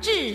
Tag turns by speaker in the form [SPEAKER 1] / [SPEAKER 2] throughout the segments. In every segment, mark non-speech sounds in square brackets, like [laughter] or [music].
[SPEAKER 1] 致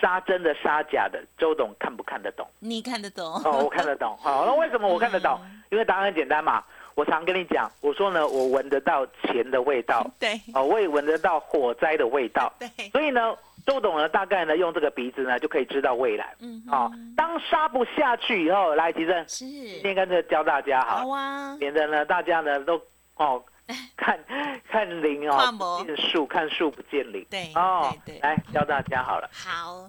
[SPEAKER 2] 杀真的杀假的，周董看不看得
[SPEAKER 1] [laughs]
[SPEAKER 2] 懂？
[SPEAKER 1] 你看得懂，
[SPEAKER 2] 哦，我看得懂。好、那为什么我看得懂？
[SPEAKER 1] 嗯
[SPEAKER 2] 因为答案很简单嘛。我常跟你讲，我说呢，我闻得到钱的味
[SPEAKER 1] [laughs]
[SPEAKER 2] 道，
[SPEAKER 1] 对
[SPEAKER 2] 哦，我也闻得到火灾的味道。
[SPEAKER 1] 对，
[SPEAKER 2] 所以呢，周董呢，大概呢，用这个鼻子呢，就可以知道未来。
[SPEAKER 1] 嗯哼
[SPEAKER 2] 哦，当杀不下去以后，来，吉正，今
[SPEAKER 1] 是
[SPEAKER 2] 天跟着教大家好
[SPEAKER 1] 好
[SPEAKER 2] 了，
[SPEAKER 1] 啊，
[SPEAKER 2] 免得呢大家呢都
[SPEAKER 1] [laughs]
[SPEAKER 2] 哦看看灵
[SPEAKER 1] 看
[SPEAKER 2] 哦
[SPEAKER 1] 不
[SPEAKER 2] 见树，看树不见林。
[SPEAKER 1] 对
[SPEAKER 2] 哦
[SPEAKER 1] 对对，
[SPEAKER 2] 来教大家好了，
[SPEAKER 1] 好，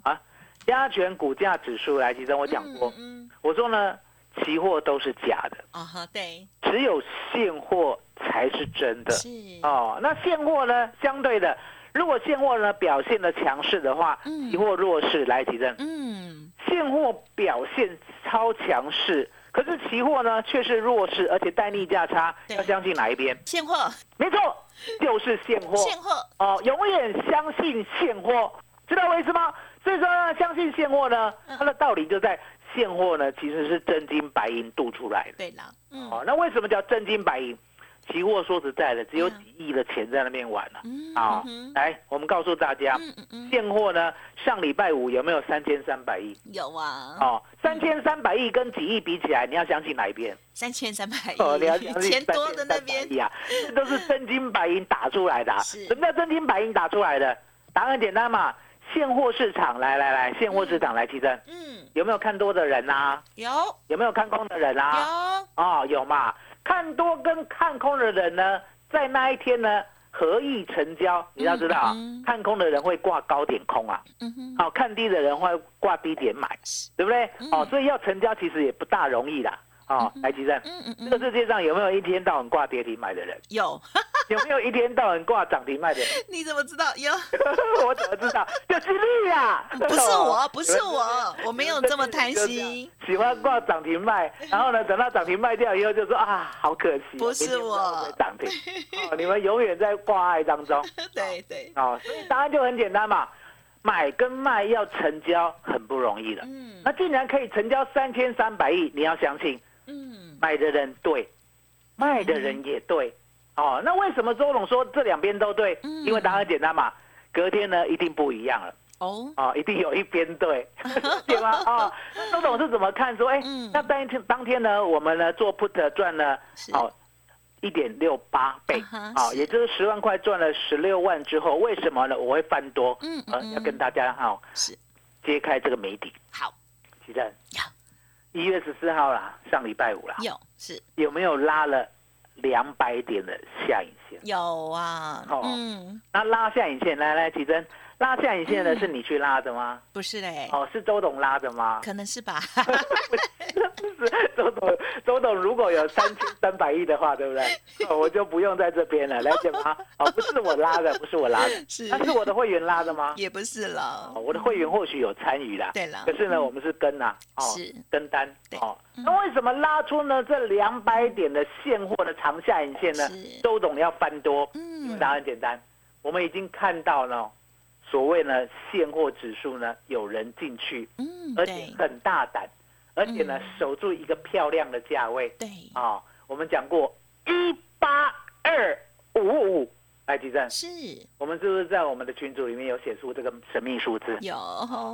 [SPEAKER 2] 加权股价指数来，吉正，我
[SPEAKER 1] 我
[SPEAKER 2] 讲过，
[SPEAKER 1] 嗯嗯，嗯
[SPEAKER 2] 我说呢，期货都是假的，
[SPEAKER 1] 哦哈，对，
[SPEAKER 2] 只有现货才是真的。
[SPEAKER 1] 是，
[SPEAKER 2] 哦，那现货呢？相对的，如果现货呢表现的强势的话，
[SPEAKER 1] 嗯
[SPEAKER 2] 期货弱势来提振。
[SPEAKER 1] 嗯，
[SPEAKER 2] 现货表现超强势，可是期货呢却是弱势，而且带逆价差，
[SPEAKER 1] 对
[SPEAKER 2] 要相信哪一边？
[SPEAKER 1] 现货，
[SPEAKER 2] 没错，就是现货。
[SPEAKER 1] 现货，
[SPEAKER 2] 哦，永远相信现货，知道我意思吗？所以说呢，相信现货呢，
[SPEAKER 1] 嗯
[SPEAKER 2] 它的道理就在现货呢其实是真金白银镀出来的。
[SPEAKER 1] 对了，嗯
[SPEAKER 2] 哦，那为什么叫真金白银？期货说实在的，只有
[SPEAKER 1] 嗯
[SPEAKER 2] 几亿的钱在那边玩了、
[SPEAKER 1] 嗯，
[SPEAKER 2] 啊。
[SPEAKER 1] 嗯哼
[SPEAKER 2] 来，我们告诉大家，
[SPEAKER 1] 嗯嗯嗯，
[SPEAKER 2] 现货呢，上礼拜五有没有三千三百亿？
[SPEAKER 1] 有啊，
[SPEAKER 2] 哦，三千三百亿跟几亿比起来，你要相信哪一边？
[SPEAKER 1] 三千三百
[SPEAKER 2] [laughs] 哦，你要
[SPEAKER 1] 亿，
[SPEAKER 2] 相信
[SPEAKER 1] 钱多的那边
[SPEAKER 2] 3300亿啊，这都是真金白银打出来的、啊。
[SPEAKER 1] [laughs] 是
[SPEAKER 2] 什么叫真金白银打出来的？答案很简单嘛，现货市场，来来来，现货市场来提升，
[SPEAKER 1] 嗯，
[SPEAKER 2] 有没有看多的人啊？
[SPEAKER 1] 有
[SPEAKER 2] 有没有看空的人啊？
[SPEAKER 1] 有，
[SPEAKER 2] 哦，有嘛？看多跟看空的人呢，在那一天呢，合意成交。你要知道啊，
[SPEAKER 1] 嗯嗯
[SPEAKER 2] 看空的人会挂高点空啊，
[SPEAKER 1] 嗯哼，
[SPEAKER 2] 好、看低的人会挂低点买，
[SPEAKER 1] 是
[SPEAKER 2] 对不对？
[SPEAKER 1] 嗯
[SPEAKER 2] 哦，所以要成交其实也不大容易啦。哦，来吉正，
[SPEAKER 1] 嗯嗯
[SPEAKER 2] 这个
[SPEAKER 1] 嗯，
[SPEAKER 2] 世界上有没有一天到晚挂跌停买
[SPEAKER 1] [laughs]
[SPEAKER 2] 的人？
[SPEAKER 1] 有，
[SPEAKER 2] 有没有一天到晚挂涨停卖的人？ [laughs]
[SPEAKER 1] 你怎么知道？有，
[SPEAKER 2] 我怎么知道？就是你呀、 [laughs]
[SPEAKER 1] 不是我，
[SPEAKER 2] 哦
[SPEAKER 1] 不是我，我没有这么贪
[SPEAKER 2] [laughs]
[SPEAKER 1] 心，，
[SPEAKER 2] 喜欢挂涨停卖，然后呢，等到涨停卖掉以后就说啊，好可惜，
[SPEAKER 1] 不是我
[SPEAKER 2] 明天不知道会不会涨停，哦，你们永远在挂爱当中，
[SPEAKER 1] 对对，
[SPEAKER 2] 哦，所以答案就很简单嘛，买跟卖要成交很不容易的，
[SPEAKER 1] 嗯
[SPEAKER 2] 那既然可以成交三千三百亿，你要相信
[SPEAKER 1] 嗯，
[SPEAKER 2] 买的人对，卖的人也对，哦，那为什么周董说这两边都对？
[SPEAKER 1] 嗯
[SPEAKER 2] 因为答案简单嘛，隔天呢一定不一样了。
[SPEAKER 1] 哦，
[SPEAKER 2] 哦，一定有一边
[SPEAKER 1] [laughs]
[SPEAKER 2] 对，对吗？哦，那周董是怎么看？说，哎、
[SPEAKER 1] 嗯
[SPEAKER 2] 那当天当天呢，我们呢做 put 呃赚了
[SPEAKER 1] 是
[SPEAKER 2] 哦一点六八倍，
[SPEAKER 1] 啊哈
[SPEAKER 2] 哦，
[SPEAKER 1] 是
[SPEAKER 2] 也就是十万块赚了十六万之后，为什么呢？我会翻多，
[SPEAKER 1] 嗯
[SPEAKER 2] 呃
[SPEAKER 1] 嗯，
[SPEAKER 2] 要跟大家哈、哦、
[SPEAKER 1] 是
[SPEAKER 2] 揭开这个谜底。
[SPEAKER 1] 好
[SPEAKER 2] 其正
[SPEAKER 1] 好，
[SPEAKER 2] 一月十四号啦，上礼拜五啦，
[SPEAKER 1] 有是
[SPEAKER 2] 有没有拉了两百点的下影线？
[SPEAKER 1] 有啊
[SPEAKER 2] 哦，
[SPEAKER 1] 嗯，
[SPEAKER 2] 那拉下影线，来来，奇珍，拉下影线呢
[SPEAKER 1] 嗯哎
[SPEAKER 2] 是你去拉的吗？
[SPEAKER 1] 不是嘞，
[SPEAKER 2] 哦，是周董拉的
[SPEAKER 1] [laughs]
[SPEAKER 2] 吗？
[SPEAKER 1] 可能是
[SPEAKER 2] [laughs]
[SPEAKER 1] 吧，
[SPEAKER 2] 是周董，周董如果有三千三百亿的话，对
[SPEAKER 1] [laughs]
[SPEAKER 2] 不对？哦我就不用在这边了，了解吗？哦，不是我拉的，不是我拉的，
[SPEAKER 1] [laughs] 是
[SPEAKER 2] 那是我的会员拉的吗？
[SPEAKER 1] 也不是了
[SPEAKER 2] 哦，我的会员或许有参与啦，
[SPEAKER 1] 对啦
[SPEAKER 2] 可是呢，我们是跟呐，
[SPEAKER 1] 啊
[SPEAKER 2] 哦
[SPEAKER 1] 嗯是，
[SPEAKER 2] 跟单，
[SPEAKER 1] 对嗯
[SPEAKER 2] 哦，那为什么拉出呢这两百点的现货的长下影线呢
[SPEAKER 1] 是？
[SPEAKER 2] 周董要翻多，
[SPEAKER 1] 嗯
[SPEAKER 2] 答案很简单，我们已经看到了。所谓呢，现货指数呢，有人进去，
[SPEAKER 1] 嗯，
[SPEAKER 2] 而且
[SPEAKER 1] 对
[SPEAKER 2] 很大胆，而且呢
[SPEAKER 1] 嗯
[SPEAKER 2] 守住一个漂亮的价位
[SPEAKER 1] 对，
[SPEAKER 2] 啊、我们讲过一八二五五，来吉正，
[SPEAKER 1] 是
[SPEAKER 2] 我们是不是在我们的群组里面有写出这个神秘数字？
[SPEAKER 1] 有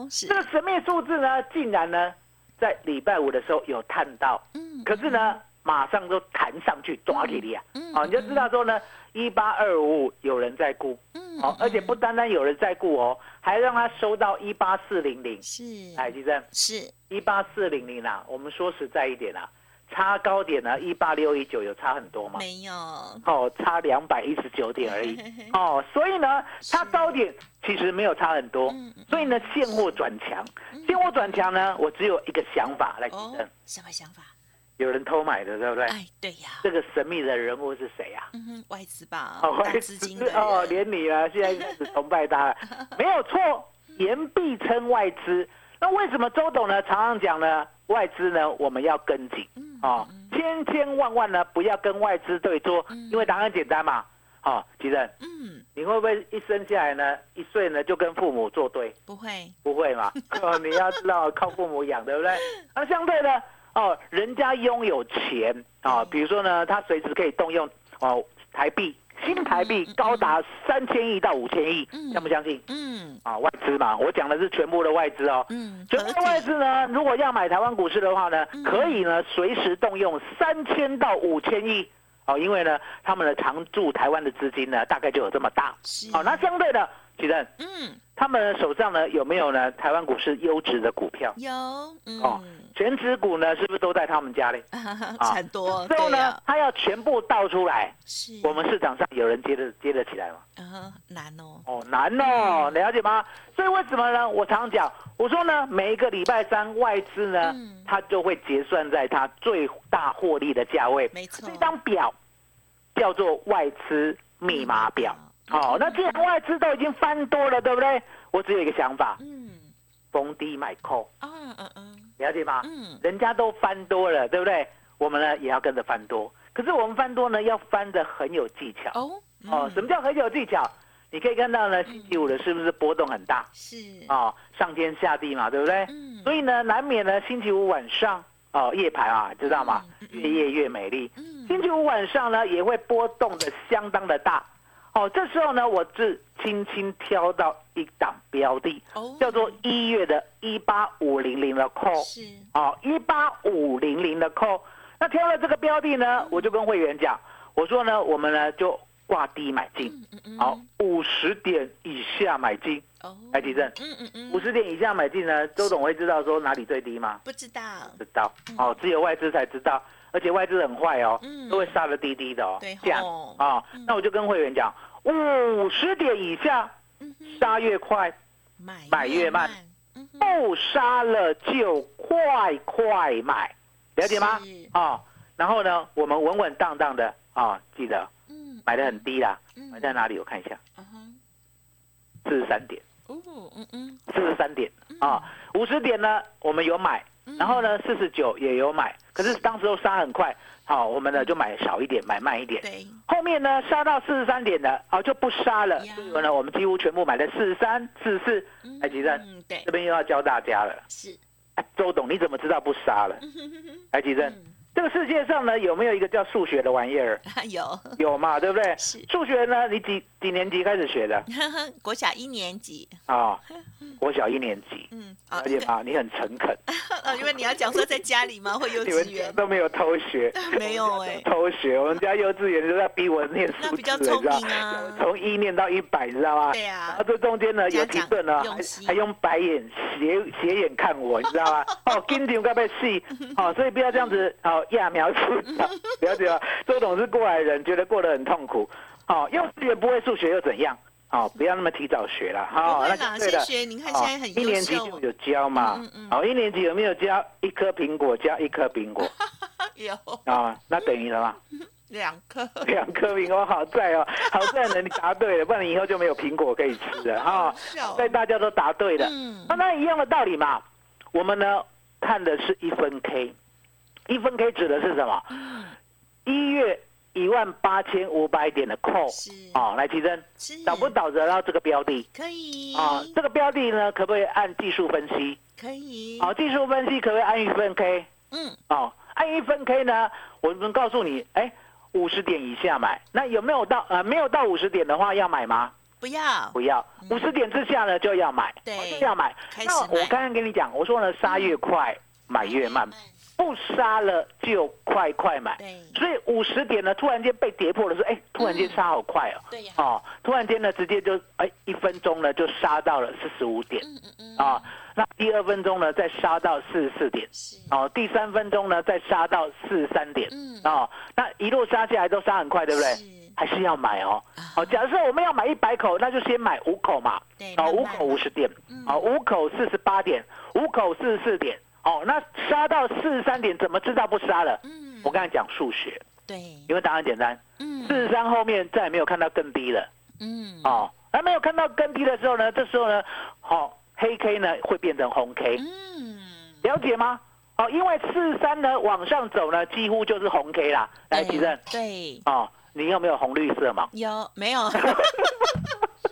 [SPEAKER 1] 是
[SPEAKER 2] 这，个神秘数字呢，竟然呢在礼拜五的时候有探到，
[SPEAKER 1] 嗯，
[SPEAKER 2] 可是呢马上就弹上去抓起你啊！
[SPEAKER 1] 嗯，
[SPEAKER 2] 哦，你就知道说呢，一八二五五有人在顾，
[SPEAKER 1] 嗯，嗯，
[SPEAKER 2] 哦，而且不单单有人在顾哦，还让他收到一八四零零。
[SPEAKER 1] 是
[SPEAKER 2] 来，吉正，
[SPEAKER 1] 是
[SPEAKER 2] 一八四零零啦，我们说实在一点啦、啊差高点呢一八六一九有差很多吗？
[SPEAKER 1] 没有，
[SPEAKER 2] 哦，差两百一十九点而
[SPEAKER 1] [laughs]
[SPEAKER 2] 已。哦，所以呢，
[SPEAKER 1] 是
[SPEAKER 2] 它高点其实没有差很多，
[SPEAKER 1] 嗯嗯
[SPEAKER 2] 所以呢，现货转强
[SPEAKER 1] 嗯，
[SPEAKER 2] 现货转强呢，我只有一个想法来提
[SPEAKER 1] 哦
[SPEAKER 2] 升，，
[SPEAKER 1] 什么想法？
[SPEAKER 2] 有人偷买的，对不对？
[SPEAKER 1] 哎，对呀，
[SPEAKER 2] 这个神秘的人物是谁呀、
[SPEAKER 1] 嗯哼，外资吧，
[SPEAKER 2] 哦，
[SPEAKER 1] 大资金的人
[SPEAKER 2] [laughs] 哦，连你啊，现在开始崇拜他了，
[SPEAKER 1] [laughs]
[SPEAKER 2] 没有错，言必称外资。那为什么周董呢常常讲呢？外资呢，我们要跟紧
[SPEAKER 1] 嗯
[SPEAKER 2] 哦，千千万万呢不要跟外资对桌
[SPEAKER 1] 嗯，
[SPEAKER 2] 因为答案简单嘛。哦，其实
[SPEAKER 1] 嗯，
[SPEAKER 2] 你会不会一生下来呢，一岁呢就跟父母作对？
[SPEAKER 1] 不会，
[SPEAKER 2] 不会嘛？ [laughs] 哦，你要知道靠父母养，对不对？那相对呢，哦，人家拥有钱啊、
[SPEAKER 1] 嗯
[SPEAKER 2] 比如说呢，他随时可以动用哦台币，新台币高达三千亿到五千亿
[SPEAKER 1] 嗯，
[SPEAKER 2] 相不相信？
[SPEAKER 1] 嗯
[SPEAKER 2] 啊、外资嘛，我讲的是全部的外资哦。
[SPEAKER 1] 嗯，
[SPEAKER 2] 全
[SPEAKER 1] 合
[SPEAKER 2] 部
[SPEAKER 1] 体
[SPEAKER 2] 的外资呢，如果要买台湾股市的话呢
[SPEAKER 1] 嗯，
[SPEAKER 2] 可以呢随时动用三千到五千亿哦，因为呢他们的常驻台湾的资金呢大概就有这么大。
[SPEAKER 1] 是，
[SPEAKER 2] 好、哦那相对的，其正，
[SPEAKER 1] 嗯
[SPEAKER 2] 他们手上呢有没有呢？台湾股市优质的股票，
[SPEAKER 1] 有，嗯，
[SPEAKER 2] 哦全指股呢是不是都在他们家里？
[SPEAKER 1] [laughs] 很多，
[SPEAKER 2] 啊最后
[SPEAKER 1] 哦对啊嗯
[SPEAKER 2] 呢
[SPEAKER 1] 呀，，
[SPEAKER 2] 他要全部倒出来，
[SPEAKER 1] 是，
[SPEAKER 2] 我们市场上有人接得接得起来吗？
[SPEAKER 1] 嗯难哦，
[SPEAKER 2] 哦，难哦，了解吗？所以为什么呢？我常讲，我说呢，每一个礼拜三外资呢
[SPEAKER 1] 嗯，
[SPEAKER 2] 它就会结算在它最大获利的价位，
[SPEAKER 1] 没错
[SPEAKER 2] 这，张表叫做外资密码表。哦，那既然外资都已经翻多了，对不对？我只有一个想法，
[SPEAKER 1] 嗯，
[SPEAKER 2] 逢低买 call，
[SPEAKER 1] 啊嗯嗯
[SPEAKER 2] 了解吗？
[SPEAKER 1] 嗯，
[SPEAKER 2] 人家都翻多了，对不对？我们呢也要跟着翻多。可是我们翻多呢，要翻的很有技巧
[SPEAKER 1] 哦嗯
[SPEAKER 2] 哦。什么叫很有技巧？你可以看到呢，星期五的是不是波动很大
[SPEAKER 1] 是，
[SPEAKER 2] 哦，上天下地嘛，对不对？
[SPEAKER 1] 嗯
[SPEAKER 2] 所以呢，难免呢，星期五晚上哦夜盘啊，知道吗？
[SPEAKER 1] 嗯嗯
[SPEAKER 2] 越夜越美丽。
[SPEAKER 1] 嗯
[SPEAKER 2] 星期五晚上呢，也会波动的相当的大哦。这时候呢，我只轻轻挑到一档标的，
[SPEAKER 1] 哦
[SPEAKER 2] 叫做一月的一八五零零的 call。
[SPEAKER 1] 是，
[SPEAKER 2] 哦，一八五零零的扣。那挑了这个标的呢，我就跟会员讲，我说呢，我们呢就挂低买进，
[SPEAKER 1] 嗯嗯嗯，
[SPEAKER 2] 好，五十点以下买进，
[SPEAKER 1] 哦，
[SPEAKER 2] 台积电
[SPEAKER 1] 嗯嗯嗯，
[SPEAKER 2] 五十点以下买进呢，周董会知道说哪里最低吗？
[SPEAKER 1] 不知道，
[SPEAKER 2] 知道，哦，只有外资才知道，而且外资很坏哦
[SPEAKER 1] 嗯，
[SPEAKER 2] 都会杀的低低的哦，
[SPEAKER 1] 对吼
[SPEAKER 2] 这样哦，那我就跟会员讲，五十点以下
[SPEAKER 1] 嗯哼，
[SPEAKER 2] 杀越快，
[SPEAKER 1] 买
[SPEAKER 2] 买越慢，
[SPEAKER 1] 嗯哼，
[SPEAKER 2] 不杀了就快快买，了解吗
[SPEAKER 1] 是？
[SPEAKER 2] 哦，然后呢，我们稳稳当当的啊、哦，记得
[SPEAKER 1] 嗯，
[SPEAKER 2] 买的很低啦，
[SPEAKER 1] 嗯
[SPEAKER 2] 买在哪里？我看一下，
[SPEAKER 1] 嗯哼，
[SPEAKER 2] 四十三点，
[SPEAKER 1] 哦，嗯嗯
[SPEAKER 2] 四十三点啊，五、十点呢，我们有买，
[SPEAKER 1] 嗯
[SPEAKER 2] 然后呢，四十九也有买，可是当时候杀很快，好、我们呢就买少一点，买慢一点。
[SPEAKER 1] 对，
[SPEAKER 2] 后面呢，杀到四十三点的，哦，就不杀了。
[SPEAKER 1] 呀
[SPEAKER 2] 所以呢，我们几乎全部买在四十三、四十四。哎，吉正，
[SPEAKER 1] 嗯对
[SPEAKER 2] 这，边又要教大家了。
[SPEAKER 1] 是，
[SPEAKER 2] 啊周董，你怎么知道不杀
[SPEAKER 1] [laughs]
[SPEAKER 2] 了？台吉
[SPEAKER 1] 嗯
[SPEAKER 2] 正，这个世界上呢有没有一个叫数学的玩意
[SPEAKER 1] [laughs]
[SPEAKER 2] 儿？
[SPEAKER 1] 有，
[SPEAKER 2] 有嘛，对不对？
[SPEAKER 1] 是
[SPEAKER 2] 数学呢，你几几年级开始学
[SPEAKER 1] [laughs]
[SPEAKER 2] 的
[SPEAKER 1] 嗯国小一年级， [laughs]
[SPEAKER 2] 啊？我小一年级，
[SPEAKER 1] 嗯，啊
[SPEAKER 2] 而，且
[SPEAKER 1] [laughs]
[SPEAKER 2] 嘛，你很诚恳，
[SPEAKER 1] 呃，因为你要讲说在家里吗？或幼
[SPEAKER 2] [laughs] 你
[SPEAKER 1] 稚
[SPEAKER 2] 们家
[SPEAKER 1] 园？
[SPEAKER 2] 都没有
[SPEAKER 1] [laughs]
[SPEAKER 2] 偷学，
[SPEAKER 1] 没有哎，
[SPEAKER 2] 偷学，我们家幼稚园都在逼我念
[SPEAKER 1] 那
[SPEAKER 2] 数
[SPEAKER 1] 比较
[SPEAKER 2] 字，你
[SPEAKER 1] 聪
[SPEAKER 2] 知道
[SPEAKER 1] 明？啊，
[SPEAKER 2] 从一念到一百，你知道吗？
[SPEAKER 1] 对啊
[SPEAKER 2] 然后，这中间呢，
[SPEAKER 1] 家
[SPEAKER 2] 有
[SPEAKER 1] 长
[SPEAKER 2] 停顿呢，
[SPEAKER 1] 用
[SPEAKER 2] 还
[SPEAKER 1] 心
[SPEAKER 2] 还用白眼斜斜眼看我，你知道吗？
[SPEAKER 1] [laughs]
[SPEAKER 2] 哦，跟紧该被戏，哦，所以不要这样子，哦，揠苗助
[SPEAKER 1] [laughs]
[SPEAKER 2] 长，了解吗？周董是过来人，觉得过得很痛苦，哦，幼稚园不会数学又怎样？哦，不要那么提早学了，哈、
[SPEAKER 1] 不
[SPEAKER 2] 哦，
[SPEAKER 1] 会
[SPEAKER 2] 那
[SPEAKER 1] 啦，
[SPEAKER 2] 就对了
[SPEAKER 1] 先。学，你看现
[SPEAKER 2] 哦
[SPEAKER 1] 在很
[SPEAKER 2] 一
[SPEAKER 1] 优
[SPEAKER 2] 年级
[SPEAKER 1] 秀
[SPEAKER 2] 就，有教嘛，
[SPEAKER 1] 嗯嗯嗯
[SPEAKER 2] 哦，一年级有没有教一颗苹果加一颗
[SPEAKER 1] [laughs]
[SPEAKER 2] 苹果
[SPEAKER 1] 有
[SPEAKER 2] 啊、那等于什么？
[SPEAKER 1] 两颗，
[SPEAKER 2] 两颗苹果，好在哦，好在呢，你答对了，不然你以后就没有苹果可以吃了
[SPEAKER 1] [laughs]
[SPEAKER 2] 哈。哦
[SPEAKER 1] 笑
[SPEAKER 2] 对，大家都答对了。
[SPEAKER 1] 嗯
[SPEAKER 2] 那那一样的道理嘛，我们呢看的是一分 K，一分 K 指的是什么？
[SPEAKER 1] 嗯
[SPEAKER 2] 一月一万八千五百点的扣
[SPEAKER 1] 是嗯
[SPEAKER 2] 哦，来提升，
[SPEAKER 1] 是
[SPEAKER 2] 导不导得到这个标的
[SPEAKER 1] 可以
[SPEAKER 2] 啊、这个标的呢，可不可以按技术分析？
[SPEAKER 1] 可以，
[SPEAKER 2] 哦，技术分析可不可以按一分 K？
[SPEAKER 1] 嗯，
[SPEAKER 2] 哦，按一分 K 呢，我们告诉你，哎，五十点以下买，那有没有到呃没有到五十点的话要买吗？
[SPEAKER 1] 不要，
[SPEAKER 2] 不要，五十点之下呢就要买，
[SPEAKER 1] 嗯对
[SPEAKER 2] 哦就要买
[SPEAKER 1] 开。始
[SPEAKER 2] 那我
[SPEAKER 1] 买嗯
[SPEAKER 2] 刚刚跟你讲，我说呢，杀越快买越慢，不杀了就快快买。
[SPEAKER 1] 对
[SPEAKER 2] 所以五十点呢，突然间被跌破了，说，哎，突然间杀好快哦。
[SPEAKER 1] 嗯对呀
[SPEAKER 2] 哦，突然间呢，直接就哎一分钟呢就杀到了四十五点
[SPEAKER 1] 嗯嗯嗯，
[SPEAKER 2] 啊、那第二分钟呢再杀到四十四点。
[SPEAKER 1] 是，
[SPEAKER 2] 哦，第三分钟呢，再杀到四十三点，
[SPEAKER 1] 嗯
[SPEAKER 2] 哦，那一路杀下来都杀很快，对不对
[SPEAKER 1] 是？
[SPEAKER 2] 还是要买哦
[SPEAKER 1] 啊。
[SPEAKER 2] 哦，假设我们要买一百口，那就先买五口嘛，
[SPEAKER 1] 对
[SPEAKER 2] 哦，
[SPEAKER 1] 哎慢慢
[SPEAKER 2] 五口五十点
[SPEAKER 1] 嗯，
[SPEAKER 2] 哦，五口四十八点，五口四十四点，哦，那杀到四十三点，怎么知道不杀了？
[SPEAKER 1] 嗯
[SPEAKER 2] 我刚才讲数学，
[SPEAKER 1] 对，
[SPEAKER 2] 因为答案简单，
[SPEAKER 1] 嗯
[SPEAKER 2] 四十三后面再也没有看到更低了。
[SPEAKER 1] 嗯，
[SPEAKER 2] 哦，那没有看到更低的时候呢，这时候呢，好、黑 K 呢会变成红 K，
[SPEAKER 1] 嗯，
[SPEAKER 2] 了解吗？哦，因为四三呢往上走呢，几乎就是红 K 啦。来，
[SPEAKER 1] 对
[SPEAKER 2] 奇正，
[SPEAKER 1] 对，
[SPEAKER 2] 哦，你有没有红绿色嘛？
[SPEAKER 1] 有没
[SPEAKER 2] [laughs]
[SPEAKER 1] 有？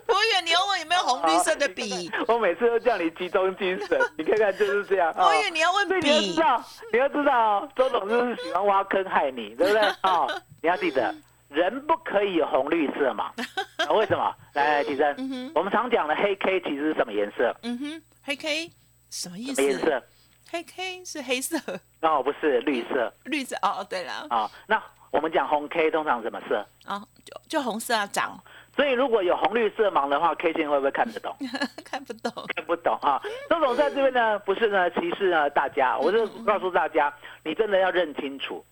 [SPEAKER 1] 博远，你要问有没有红绿
[SPEAKER 2] 啊
[SPEAKER 1] 色的笔？
[SPEAKER 2] 我每次都叫你集中精
[SPEAKER 1] [laughs]
[SPEAKER 2] 神，你看看就是这样。哦
[SPEAKER 1] 博远，你要问
[SPEAKER 2] 所以你要知
[SPEAKER 1] 笔，
[SPEAKER 2] 道，你要知道，周董就是喜欢挖坑害你，对不对？
[SPEAKER 1] [laughs]
[SPEAKER 2] 哦，你要记得，人不可以有红绿色
[SPEAKER 1] [laughs]
[SPEAKER 2] 嘛。啊为什么？来，来，提升。
[SPEAKER 1] 嗯哼
[SPEAKER 2] 我们常讲的黑 K 其实是什么颜色？
[SPEAKER 1] 嗯哼，黑 K 什么意
[SPEAKER 2] 什么颜
[SPEAKER 1] 思？
[SPEAKER 2] 色？
[SPEAKER 1] 黑 K 是黑色、 [laughs]
[SPEAKER 2] 哦，不是绿色
[SPEAKER 1] 绿色哦，对了，
[SPEAKER 2] 啊、那我们讲红 K 通常什么色？
[SPEAKER 1] 哦，就就红色啊，长
[SPEAKER 2] 所以如果有红绿色盲的话，K 线会不会看得懂？
[SPEAKER 1] 看不懂，
[SPEAKER 2] 看不懂啊。周总在这边呢，不是呢歧视呢大
[SPEAKER 1] 嗯
[SPEAKER 2] 家，我是告诉大家，你真的要认清楚，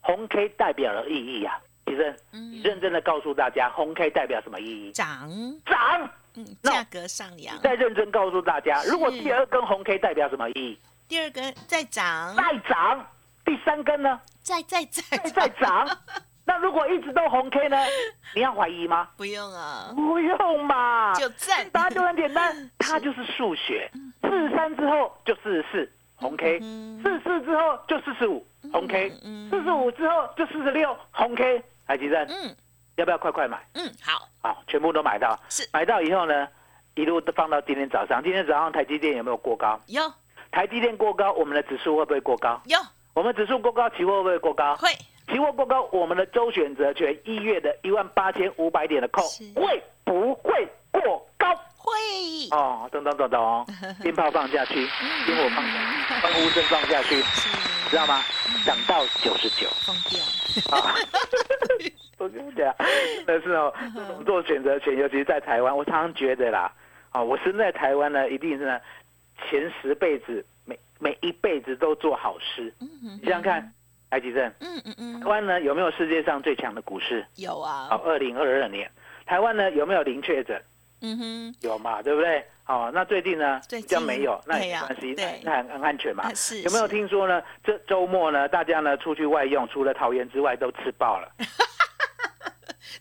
[SPEAKER 2] 红 K 代表了意义啊。其实，
[SPEAKER 1] 嗯
[SPEAKER 2] 你认真的告诉大家，红 K 代表什么意义？
[SPEAKER 1] 涨，
[SPEAKER 2] 涨！
[SPEAKER 1] 嗯，
[SPEAKER 2] 那
[SPEAKER 1] 价格上扬。
[SPEAKER 2] 再认真告诉大家，
[SPEAKER 1] 嗯是
[SPEAKER 2] 如果第二根红 K 代表什么意义？
[SPEAKER 1] 第二根再涨，
[SPEAKER 2] 再涨。第三根呢？
[SPEAKER 1] 再再再涨
[SPEAKER 2] 再再
[SPEAKER 1] [laughs]
[SPEAKER 2] 涨。那如果一直都红 K 呢？你要怀疑吗？
[SPEAKER 1] 不用啊，
[SPEAKER 2] 不用嘛，
[SPEAKER 1] 就嗯赞。
[SPEAKER 2] 答案就很
[SPEAKER 1] [laughs]
[SPEAKER 2] 简单，它就是数学。四十三之后就四十四，红 K；
[SPEAKER 1] 嗯
[SPEAKER 2] 四十四之后就四十五，红 K；
[SPEAKER 1] 嗯
[SPEAKER 2] 四十五之后就四十六，红 K。海吉生，
[SPEAKER 1] 嗯
[SPEAKER 2] 要不要快快买？
[SPEAKER 1] 嗯，好，
[SPEAKER 2] 好，全部都买到。
[SPEAKER 1] 是
[SPEAKER 2] 买到以后呢，一路都放到今天早上。今天早上台积电有没有过高？
[SPEAKER 1] 有
[SPEAKER 2] 台积电过高，我们的指数会不会过高？
[SPEAKER 1] 有
[SPEAKER 2] 我们指数过高，期货会不会过高？
[SPEAKER 1] 会
[SPEAKER 2] 期货过高，我们的周选择权一月的一万八千五百点的扣
[SPEAKER 1] 是
[SPEAKER 2] 会不会过高？
[SPEAKER 1] 会，
[SPEAKER 2] 哦，咚咚咚
[SPEAKER 1] [laughs]
[SPEAKER 2] 咚，鞭炮放下去，烟火放下去，放呼声放下去，
[SPEAKER 1] 是
[SPEAKER 2] 知道吗？涨到九十九
[SPEAKER 1] 疯掉，
[SPEAKER 2] [laughs] 啊！我跟你讲，真的是哦，这种做选择权，尤其是在台湾，我常常觉得啦，啊、我身在台湾呢，一定是呢前十辈子每每一辈子都做好事。
[SPEAKER 1] 嗯哼
[SPEAKER 2] 你想想，看，埃及镇，
[SPEAKER 1] 嗯嗯
[SPEAKER 2] 台
[SPEAKER 1] 嗯，
[SPEAKER 2] 湾呢有没有世界上最强的股市？
[SPEAKER 1] 有啊
[SPEAKER 2] 好，，二零二二年，台湾呢有没有零确诊？
[SPEAKER 1] 嗯哼，
[SPEAKER 2] 有嘛，对不对？好、那最近呢，
[SPEAKER 1] 最
[SPEAKER 2] 比
[SPEAKER 1] 近
[SPEAKER 2] 较没有，那也
[SPEAKER 1] 对
[SPEAKER 2] 没
[SPEAKER 1] 呀
[SPEAKER 2] 关系，那
[SPEAKER 1] 对
[SPEAKER 2] 那很很安全嘛
[SPEAKER 1] 啊。是
[SPEAKER 2] 有没有
[SPEAKER 1] 是
[SPEAKER 2] 听说呢？这周末呢，大家呢出去外用，除了桃园之外都吃爆了。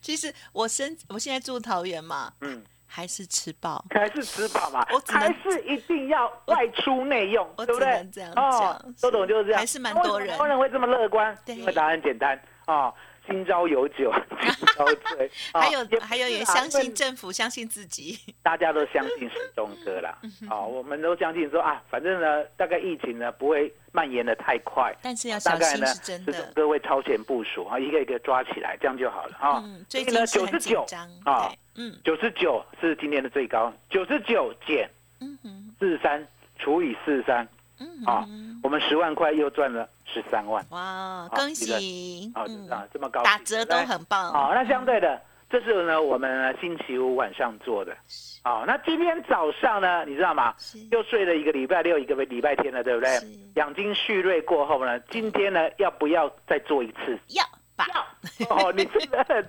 [SPEAKER 1] 其实我身我现在住桃园嘛，
[SPEAKER 2] 嗯，
[SPEAKER 1] 还是吃饱，
[SPEAKER 2] 还是吃饱嘛
[SPEAKER 1] 我，只能
[SPEAKER 2] 还是一定要外出内用，
[SPEAKER 1] 我
[SPEAKER 2] 对不
[SPEAKER 1] 只
[SPEAKER 2] 对
[SPEAKER 1] 能这样？
[SPEAKER 2] 哦
[SPEAKER 1] 讲，
[SPEAKER 2] 周董就是这样。
[SPEAKER 1] 还是蛮
[SPEAKER 2] 那为
[SPEAKER 1] 多
[SPEAKER 2] 什么
[SPEAKER 1] 人
[SPEAKER 2] 台湾人会这么乐观，
[SPEAKER 1] 对
[SPEAKER 2] 因为答案简单哦，今朝有
[SPEAKER 1] [laughs]
[SPEAKER 2] 酒今朝醉。哦
[SPEAKER 1] 还有
[SPEAKER 2] 不
[SPEAKER 1] 还有
[SPEAKER 2] 是
[SPEAKER 1] 也
[SPEAKER 2] 啦
[SPEAKER 1] 相
[SPEAKER 2] 因为
[SPEAKER 1] 信政府，相信自己，
[SPEAKER 2] 大家都相信时钟哥啦，
[SPEAKER 1] 嗯
[SPEAKER 2] 哦，我们都相信说啊，反正呢，大概疫情呢不会蔓延的太快，
[SPEAKER 1] 但是要
[SPEAKER 2] 大
[SPEAKER 1] 小
[SPEAKER 2] 概
[SPEAKER 1] 心
[SPEAKER 2] 呢，
[SPEAKER 1] 是真
[SPEAKER 2] 时钟
[SPEAKER 1] 的。
[SPEAKER 2] 哥会超前部署啊，一个一个抓起来，这样就好了啊。
[SPEAKER 1] 嗯，
[SPEAKER 2] 所
[SPEAKER 1] 最
[SPEAKER 2] 以
[SPEAKER 1] 近
[SPEAKER 2] 呢，
[SPEAKER 1] 是
[SPEAKER 2] 九
[SPEAKER 1] 很
[SPEAKER 2] 十
[SPEAKER 1] 紧
[SPEAKER 2] 九
[SPEAKER 1] 张，
[SPEAKER 2] 啊
[SPEAKER 1] 对，，嗯
[SPEAKER 2] 九十九是今天的最高，九十九减
[SPEAKER 1] 嗯哼
[SPEAKER 2] 四十三除以四十三，
[SPEAKER 1] 嗯
[SPEAKER 2] 啊
[SPEAKER 1] 哼，
[SPEAKER 2] 我们十万块又赚了十三万，
[SPEAKER 1] 哇，
[SPEAKER 2] 好
[SPEAKER 1] 恭
[SPEAKER 2] 记得
[SPEAKER 1] 喜，嗯
[SPEAKER 2] 啊，就是啊，这么高
[SPEAKER 1] 打
[SPEAKER 2] 兴
[SPEAKER 1] 折
[SPEAKER 2] 对不
[SPEAKER 1] 都
[SPEAKER 2] 对
[SPEAKER 1] 很棒，
[SPEAKER 2] 好、那相对的，这是呢我们呢星期五晚上做的。好、那今天早上呢，你知道吗
[SPEAKER 1] 是？
[SPEAKER 2] 又睡了一个礼拜六，一个礼拜天了，对不对
[SPEAKER 1] 是？
[SPEAKER 2] 养精蓄锐过后呢，今天呢要不要再做一次？
[SPEAKER 1] 要吧，
[SPEAKER 2] 哦，你真的很，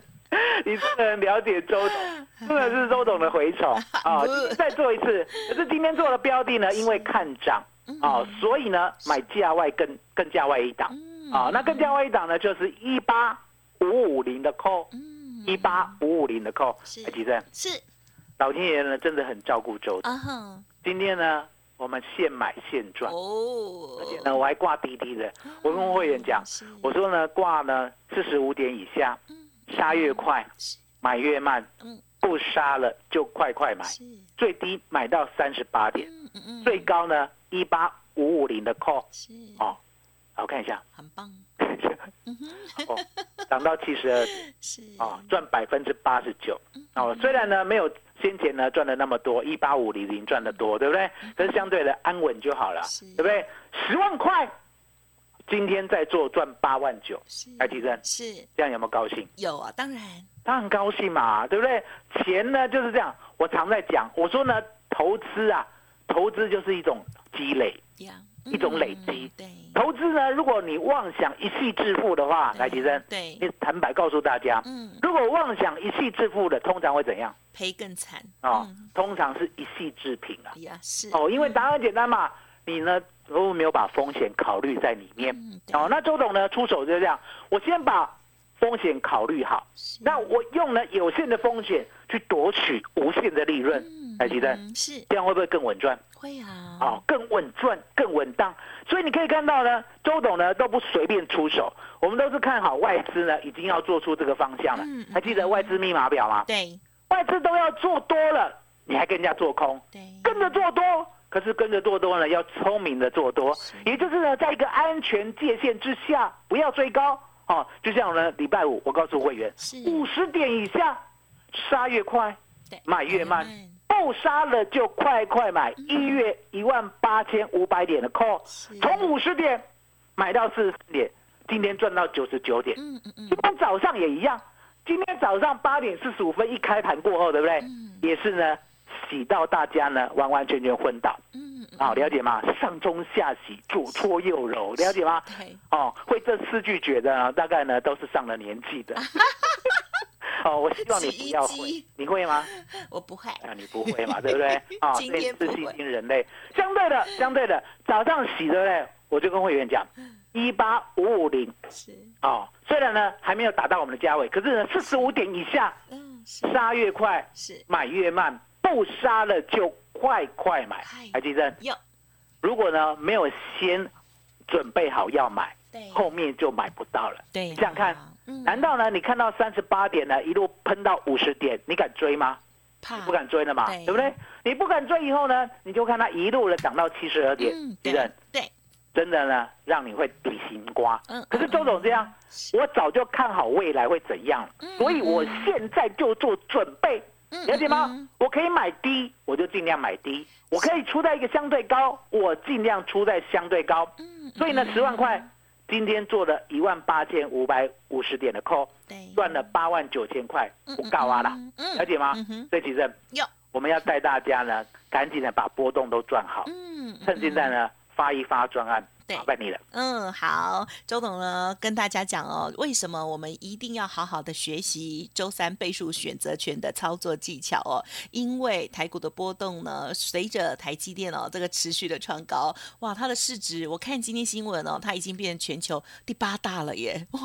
[SPEAKER 2] 你真的很了解周董，真的是周董的
[SPEAKER 1] [laughs]
[SPEAKER 2] 蛔虫啊！
[SPEAKER 1] 不
[SPEAKER 2] 今天再做一次，可是今天做的标的呢，因为看涨
[SPEAKER 1] 嗯
[SPEAKER 2] 啊，所以呢买价外更更价外一档
[SPEAKER 1] 嗯
[SPEAKER 2] 啊，那更价外一档呢就是一八五五零的 call，
[SPEAKER 1] 嗯
[SPEAKER 2] 一八五五零的 call，
[SPEAKER 1] 是
[SPEAKER 2] 哎，吉正，
[SPEAKER 1] 是
[SPEAKER 2] 老天爷呢真的很照顾周董，
[SPEAKER 1] 啊哈
[SPEAKER 2] 今天呢我们现买现赚。
[SPEAKER 1] 哦嗯
[SPEAKER 2] 而且呢，我还挂滴滴的。我跟会员讲
[SPEAKER 1] 是，嗯
[SPEAKER 2] 我说呢，挂呢四十五点以下，杀越快
[SPEAKER 1] 是，
[SPEAKER 2] 买越慢
[SPEAKER 1] 嗯，
[SPEAKER 2] 不杀了就快快买，
[SPEAKER 1] 是
[SPEAKER 2] 最低买到三十八点，
[SPEAKER 1] 嗯嗯嗯
[SPEAKER 2] 最高呢一八五五零的 call
[SPEAKER 1] 是
[SPEAKER 2] 哦，好我看一下，
[SPEAKER 1] 很棒嗯
[SPEAKER 2] [laughs] 哦，涨到七十二
[SPEAKER 1] 是
[SPEAKER 2] 哦，赚百分之八十九
[SPEAKER 1] 嗯
[SPEAKER 2] 哦，虽然呢没有。先前呢赚的那么多，一八五零零赚的多，对不对？可是相对的安稳就好了
[SPEAKER 1] 嗯是，
[SPEAKER 2] 对不对？十万块，今天在做赚八万九，
[SPEAKER 1] 是
[SPEAKER 2] 来提升，
[SPEAKER 1] 是
[SPEAKER 2] 这样有没有高兴？
[SPEAKER 1] 有啊，当然
[SPEAKER 2] 他很高兴嘛，对不对？钱呢就是这样，我常在讲，我说呢，投资啊，投资就是一种积累，
[SPEAKER 1] 呀，
[SPEAKER 2] 一种累积
[SPEAKER 1] 嗯对，
[SPEAKER 2] 投资呢，如果你妄想一夕致富的话，
[SPEAKER 1] 对
[SPEAKER 2] 来提升，
[SPEAKER 1] 嗯对
[SPEAKER 2] 你坦白告诉大家，
[SPEAKER 1] 嗯，
[SPEAKER 2] 如果妄想一夕致富的，通常会怎样
[SPEAKER 1] 赔更惨
[SPEAKER 2] 啊、
[SPEAKER 1] 嗯哎
[SPEAKER 2] 通常是一夕致贫啊。
[SPEAKER 1] 呀，是嗯
[SPEAKER 2] 哦，因为答案简单嘛，你呢都没有把风险考虑在里面。
[SPEAKER 1] 嗯，对
[SPEAKER 2] 哦，那周董呢出手就这样，我先把风险考虑好，
[SPEAKER 1] 是
[SPEAKER 2] 那我用呢有限的风险去夺取无限的利润，
[SPEAKER 1] 嗯
[SPEAKER 2] 台积电
[SPEAKER 1] 嗯是
[SPEAKER 2] 这样会不会更稳赚？
[SPEAKER 1] 会啊，
[SPEAKER 2] 哦，更稳赚、更稳当。所以你可以看到呢，周董呢都不随便出手，我们都是看好外资呢已经要做出这个方向了
[SPEAKER 1] 嗯嗯。
[SPEAKER 2] 还记得外资密码表吗？
[SPEAKER 1] 对
[SPEAKER 2] 外资都要做多了，你还跟人家做空，
[SPEAKER 1] 对，
[SPEAKER 2] 跟着做多。可是跟着做多呢，要聪明的做多
[SPEAKER 1] 是，
[SPEAKER 2] 也就是呢，在一个安全界限之下，不要追高哦。就像呢，礼拜五我告诉会员，
[SPEAKER 1] 是
[SPEAKER 2] 五十点以下杀越快，
[SPEAKER 1] 对
[SPEAKER 2] 买越慢，不杀了就快快买，一月一万八千五百点的 call，
[SPEAKER 1] 嗯是
[SPEAKER 2] 从五十点买到四十点，今天赚到九十九点。
[SPEAKER 1] 嗯嗯嗯
[SPEAKER 2] 今，天早上也一样，今天早上八点四十五分一开盘过后，对不对？
[SPEAKER 1] 嗯
[SPEAKER 2] 也是呢，洗到大家呢完完全全昏倒。
[SPEAKER 1] 嗯嗯，
[SPEAKER 2] 好、了解吗？上中下洗，左搓右揉，了解吗？
[SPEAKER 1] 对，
[SPEAKER 2] 哦，会这四句诀的呢，大概呢都是上了年纪
[SPEAKER 1] [laughs]
[SPEAKER 2] 的。哦，我希望你不要
[SPEAKER 1] 挤一
[SPEAKER 2] 会
[SPEAKER 1] 挤，
[SPEAKER 2] 你会吗？
[SPEAKER 1] 我不会，
[SPEAKER 2] 啊，你不
[SPEAKER 1] [laughs]
[SPEAKER 2] 会嘛，对不对？啊，所
[SPEAKER 1] 今
[SPEAKER 2] 以
[SPEAKER 1] 天
[SPEAKER 2] 自
[SPEAKER 1] 不
[SPEAKER 2] 信
[SPEAKER 1] 会
[SPEAKER 2] 惊人类。相对的，相对的，早上洗对不对？我就跟会员讲，一八五五零
[SPEAKER 1] 是
[SPEAKER 2] 哦，虽然呢还没有打到我们的价位，可是呢四十五点以下
[SPEAKER 1] 嗯是
[SPEAKER 2] 杀越快，
[SPEAKER 1] 是
[SPEAKER 2] 买越慢，不杀了就快快买
[SPEAKER 1] 哎。
[SPEAKER 2] 台积电
[SPEAKER 1] 有
[SPEAKER 2] 如果呢没有先准备好要买，
[SPEAKER 1] 对
[SPEAKER 2] 后面就买不到了。
[SPEAKER 1] 对，
[SPEAKER 2] 你想想看，
[SPEAKER 1] 哎嗯，
[SPEAKER 2] 难道呢？你看到三十八点呢，一路喷到五十点，你敢追吗？
[SPEAKER 1] 怕
[SPEAKER 2] 不敢追了嘛，
[SPEAKER 1] 啊对
[SPEAKER 2] 对不对？你不敢追以后呢，你就看它一路的涨到七十二点，
[SPEAKER 1] 嗯
[SPEAKER 2] 地
[SPEAKER 1] 对
[SPEAKER 2] 震
[SPEAKER 1] 对，
[SPEAKER 2] 真的呢让你会底心瓜。
[SPEAKER 1] 嗯
[SPEAKER 2] 可是周总这样，我早就看好未来会怎样，
[SPEAKER 1] 嗯
[SPEAKER 2] 所以我现在就做准备，
[SPEAKER 1] 嗯
[SPEAKER 2] 了解吗？
[SPEAKER 1] 嗯嗯
[SPEAKER 2] 我可以买低，我就尽量买低；我可以出在一个相对高，我尽量出在相对高。
[SPEAKER 1] 嗯，
[SPEAKER 2] 所以呢，
[SPEAKER 1] 嗯
[SPEAKER 2] 十万块。今天做了一万八千五百五十点的扣，
[SPEAKER 1] 对
[SPEAKER 2] 赚了八万九千块，不告啊啦，，
[SPEAKER 1] 嗯嗯
[SPEAKER 2] 了解吗
[SPEAKER 1] 嗯哼？
[SPEAKER 2] 所以其实
[SPEAKER 1] 有
[SPEAKER 2] 我们要带大家呢，赶紧的把波动都赚好，
[SPEAKER 1] 嗯，
[SPEAKER 2] 趁现在呢发一发专案，
[SPEAKER 1] 对
[SPEAKER 2] 麻烦你了。
[SPEAKER 1] 嗯，好，周董呢跟大家讲哦，为什么我们一定要好好的学习周三倍数选择权的操作技巧哦？因为台股的波动呢，随着台积电哦这个持续的创高，哇，它的市值我看今天新闻哦，它已经变成全球第八大了耶， [laughs] 哇，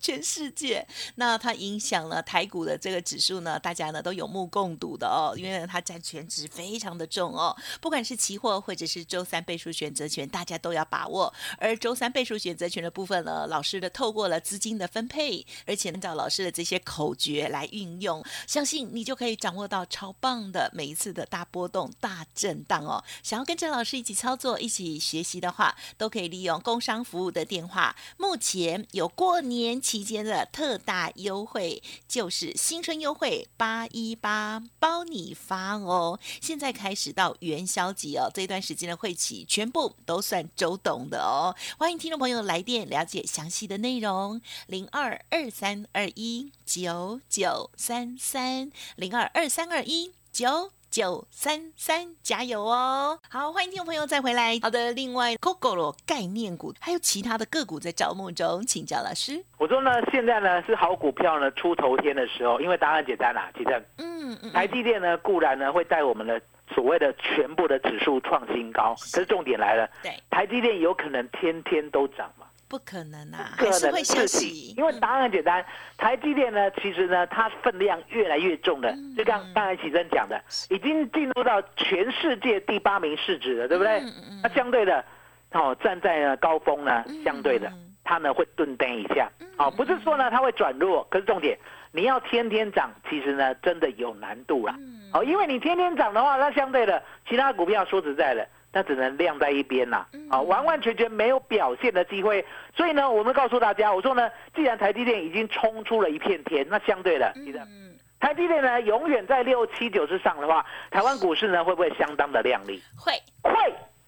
[SPEAKER 1] 全世界。那它影响了台股的这个指数呢，大家呢都有目共睹的哦，因为呢它占全值非常的重哦，不管是期货或者是周三倍数选择权，大家都要把握。而周三倍数选择权的部分呢，老师的透过了资金的分配，而且按照老师的这些口诀来运用，相信你就可以掌握到超棒的每一次的大波动、大震荡哦。想要跟着老师一起操作、一起学习的话，都可以利用工商服务的电话。目前有过年期间的特大优惠，就是新春优惠八一八包你发哦。现在开始到元宵节哦，这段时间的会期全部都算周董的哦。欢迎听众朋友来电了解详细的内容，零二二三二一九九三三零二二三二一九。九三三，加油哦！好，欢迎听众朋友再回来。好的，另外 Coco 概念股还有其他的个股在招募中，请教老师。
[SPEAKER 2] 我说呢，现在呢是好股票呢出头天的时候，因为答案简单啦，其实
[SPEAKER 1] 嗯嗯，
[SPEAKER 2] 台积电呢固然呢会带我们的所谓的全部的指数创新高，可是重点来了，
[SPEAKER 1] 对，
[SPEAKER 2] 台积电有可能天天都涨嘛？
[SPEAKER 1] 不可能啊，
[SPEAKER 2] 个
[SPEAKER 1] 还是
[SPEAKER 2] 人
[SPEAKER 1] 会休
[SPEAKER 2] 事
[SPEAKER 1] 息
[SPEAKER 2] 情，。因为
[SPEAKER 1] 嗯
[SPEAKER 2] 答案很简单，台积电呢，其实呢，它分量越来越重了，
[SPEAKER 1] 嗯
[SPEAKER 2] 就像刚才启真讲的，已经进入到全世界第八名市值了，对不
[SPEAKER 1] 嗯
[SPEAKER 2] 对？那相对的，哦，站在呢高峰呢，
[SPEAKER 1] 嗯
[SPEAKER 2] 相对的，它呢会顿登一下，哦，不是说
[SPEAKER 1] 嗯
[SPEAKER 2] 呢它会转弱，可是重点，你要天天涨，其实呢真的有难度啦，哦，因为你天天涨的话，那相对的，其他股票说实在的。那只能晾在一边啦、啊，完完全全没有表现的机会。所以呢，我们告诉大家，我说呢，既然台积电已经冲出了一片天，那相对的，你的
[SPEAKER 1] 嗯
[SPEAKER 2] 台积电呢，永远在六七九之上的话，台湾股市呢会不会相当的亮丽？
[SPEAKER 1] 会
[SPEAKER 2] 会，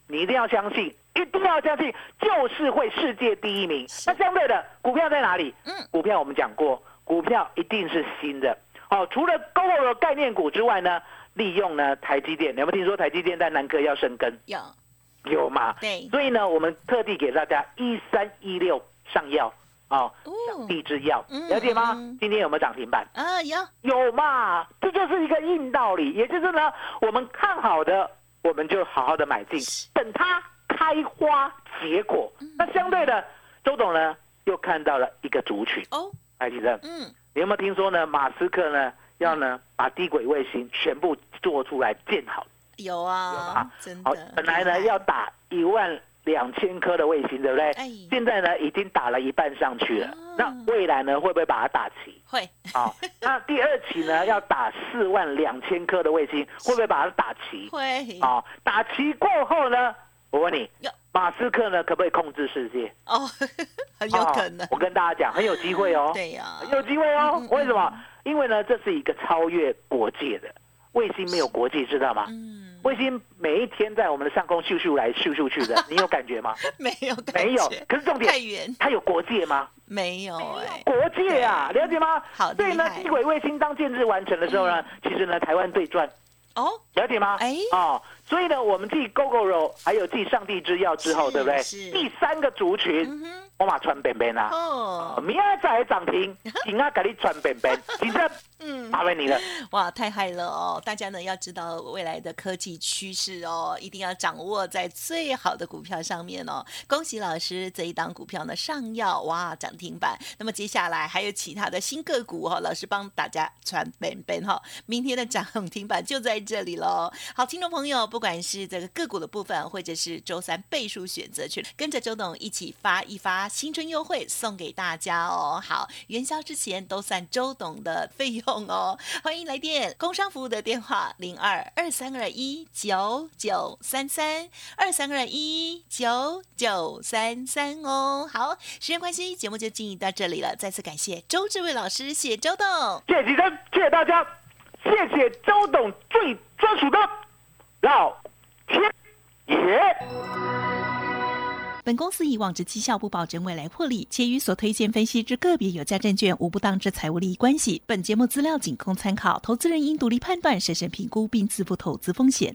[SPEAKER 2] 你一定要相信，一定要相信，就是会世界第一名。那相对的，股票在哪里？
[SPEAKER 1] 嗯
[SPEAKER 2] 股票我们讲过，股票一定是新的。哦，除了 g o 的概念股之外呢，利用呢台积电，你有没有听说台积电在南科要生根？
[SPEAKER 1] 有
[SPEAKER 2] 有嘛？
[SPEAKER 1] 对
[SPEAKER 2] 所以呢，我们特地给大家一三一六上药哦，
[SPEAKER 1] 哦
[SPEAKER 2] 地之药
[SPEAKER 1] 嗯，
[SPEAKER 2] 了解吗
[SPEAKER 1] 嗯？
[SPEAKER 2] 今天有没有涨停板？
[SPEAKER 1] 啊有
[SPEAKER 2] 有嘛？这就是一个硬道理，也就是呢，我们看好的，我们就好好的买进
[SPEAKER 1] 是，嗯
[SPEAKER 2] 等它。开花结果。那相对的，周董呢又看到了一个族群，
[SPEAKER 1] 哦，
[SPEAKER 2] 哎，其正，
[SPEAKER 1] 嗯，
[SPEAKER 2] 你有没有听说呢？马斯克呢要呢把低轨卫星全部做出来建好？
[SPEAKER 1] 有
[SPEAKER 2] 有
[SPEAKER 1] 啊
[SPEAKER 2] 啊，
[SPEAKER 1] 真
[SPEAKER 2] 好
[SPEAKER 1] 的，，
[SPEAKER 2] 本来呢
[SPEAKER 1] 厉害
[SPEAKER 2] 要打一万两千颗的卫星，对不对？
[SPEAKER 1] 哎
[SPEAKER 2] 现在呢已经打了一半上去了
[SPEAKER 1] 哦，
[SPEAKER 2] 那未来呢会不会把它打齐？
[SPEAKER 1] 会
[SPEAKER 2] [laughs] 啊，那第二期呢要打四万两千颗的卫星，会不会把它打齐？
[SPEAKER 1] 会
[SPEAKER 2] 啊，打齐过后呢，我问你
[SPEAKER 1] 哟，
[SPEAKER 2] 马斯克呢可不可以控制世界？
[SPEAKER 1] 哦， [laughs] 很有
[SPEAKER 2] 啊
[SPEAKER 1] 可能，
[SPEAKER 2] 我跟大家讲，很有机会哦。
[SPEAKER 1] [laughs] 对呀，
[SPEAKER 2] 有机会哦
[SPEAKER 1] 嗯嗯。
[SPEAKER 2] 为什么？因为呢，这是一个超越国界的卫星，没有国界，知道吗？
[SPEAKER 1] 嗯，
[SPEAKER 2] 卫星每一天在我们的上空咻咻来咻咻去
[SPEAKER 1] [laughs]
[SPEAKER 2] 的，你有感觉吗？
[SPEAKER 1] 没有感觉，
[SPEAKER 2] 没有。可是重
[SPEAKER 1] 太
[SPEAKER 2] 点，
[SPEAKER 1] 远，
[SPEAKER 2] 它有国界吗？
[SPEAKER 1] 没有哎，
[SPEAKER 2] 国界啊，了解吗？
[SPEAKER 1] 好
[SPEAKER 2] 所以呢
[SPEAKER 1] 厉，害
[SPEAKER 2] 低轨卫星当建制完成的时候呢，其实呢，台湾最赚，
[SPEAKER 1] 哦，
[SPEAKER 2] 了解吗？
[SPEAKER 1] 哎
[SPEAKER 2] 哦，所以呢，我们继 GoGo 肉，还有继上帝之药之后，
[SPEAKER 1] 是
[SPEAKER 2] 对不对？
[SPEAKER 1] 是
[SPEAKER 2] 第三个族群，
[SPEAKER 1] 嗯哼，
[SPEAKER 2] 我马穿便便啊，
[SPEAKER 1] 哦，
[SPEAKER 2] 明仔载
[SPEAKER 1] [laughs]
[SPEAKER 2] 涨停，今仔给你穿便便，其实
[SPEAKER 1] 嗯。
[SPEAKER 2] 麻烦你了。
[SPEAKER 1] 哇，太嗨了哦！大家呢要知道未来的科技趋势哦，一定要掌握在最好的股票上面哦。恭喜老师，这一档股票呢上药哇涨停板。那么接下来还有其他的新个股哦，老师帮大家传本本哈、明天的涨停板就在这里喽。好，听众朋友，不管是这个个股的部分，或者是周三倍数选择权，跟着周董一起发一发新春优惠送给大家哦。好，元宵之前都算周董的费用哦。欢迎来电，工商服务的电话零二二三二一九九三三二三二一九九三三哦。好，时间关系，节目就进行到这里了。再次感谢周志伟老师，谢谢周董。
[SPEAKER 2] 谢谢吉生，谢谢大家，谢谢周董最专属的老天爷。
[SPEAKER 1] 本公司以往之绩效不保证未来获利，且与所推荐分析之个别有价证券无不当之财务利益关系。本节目资料仅供参考，投资人应独立判断、审慎评估并自负投资风险。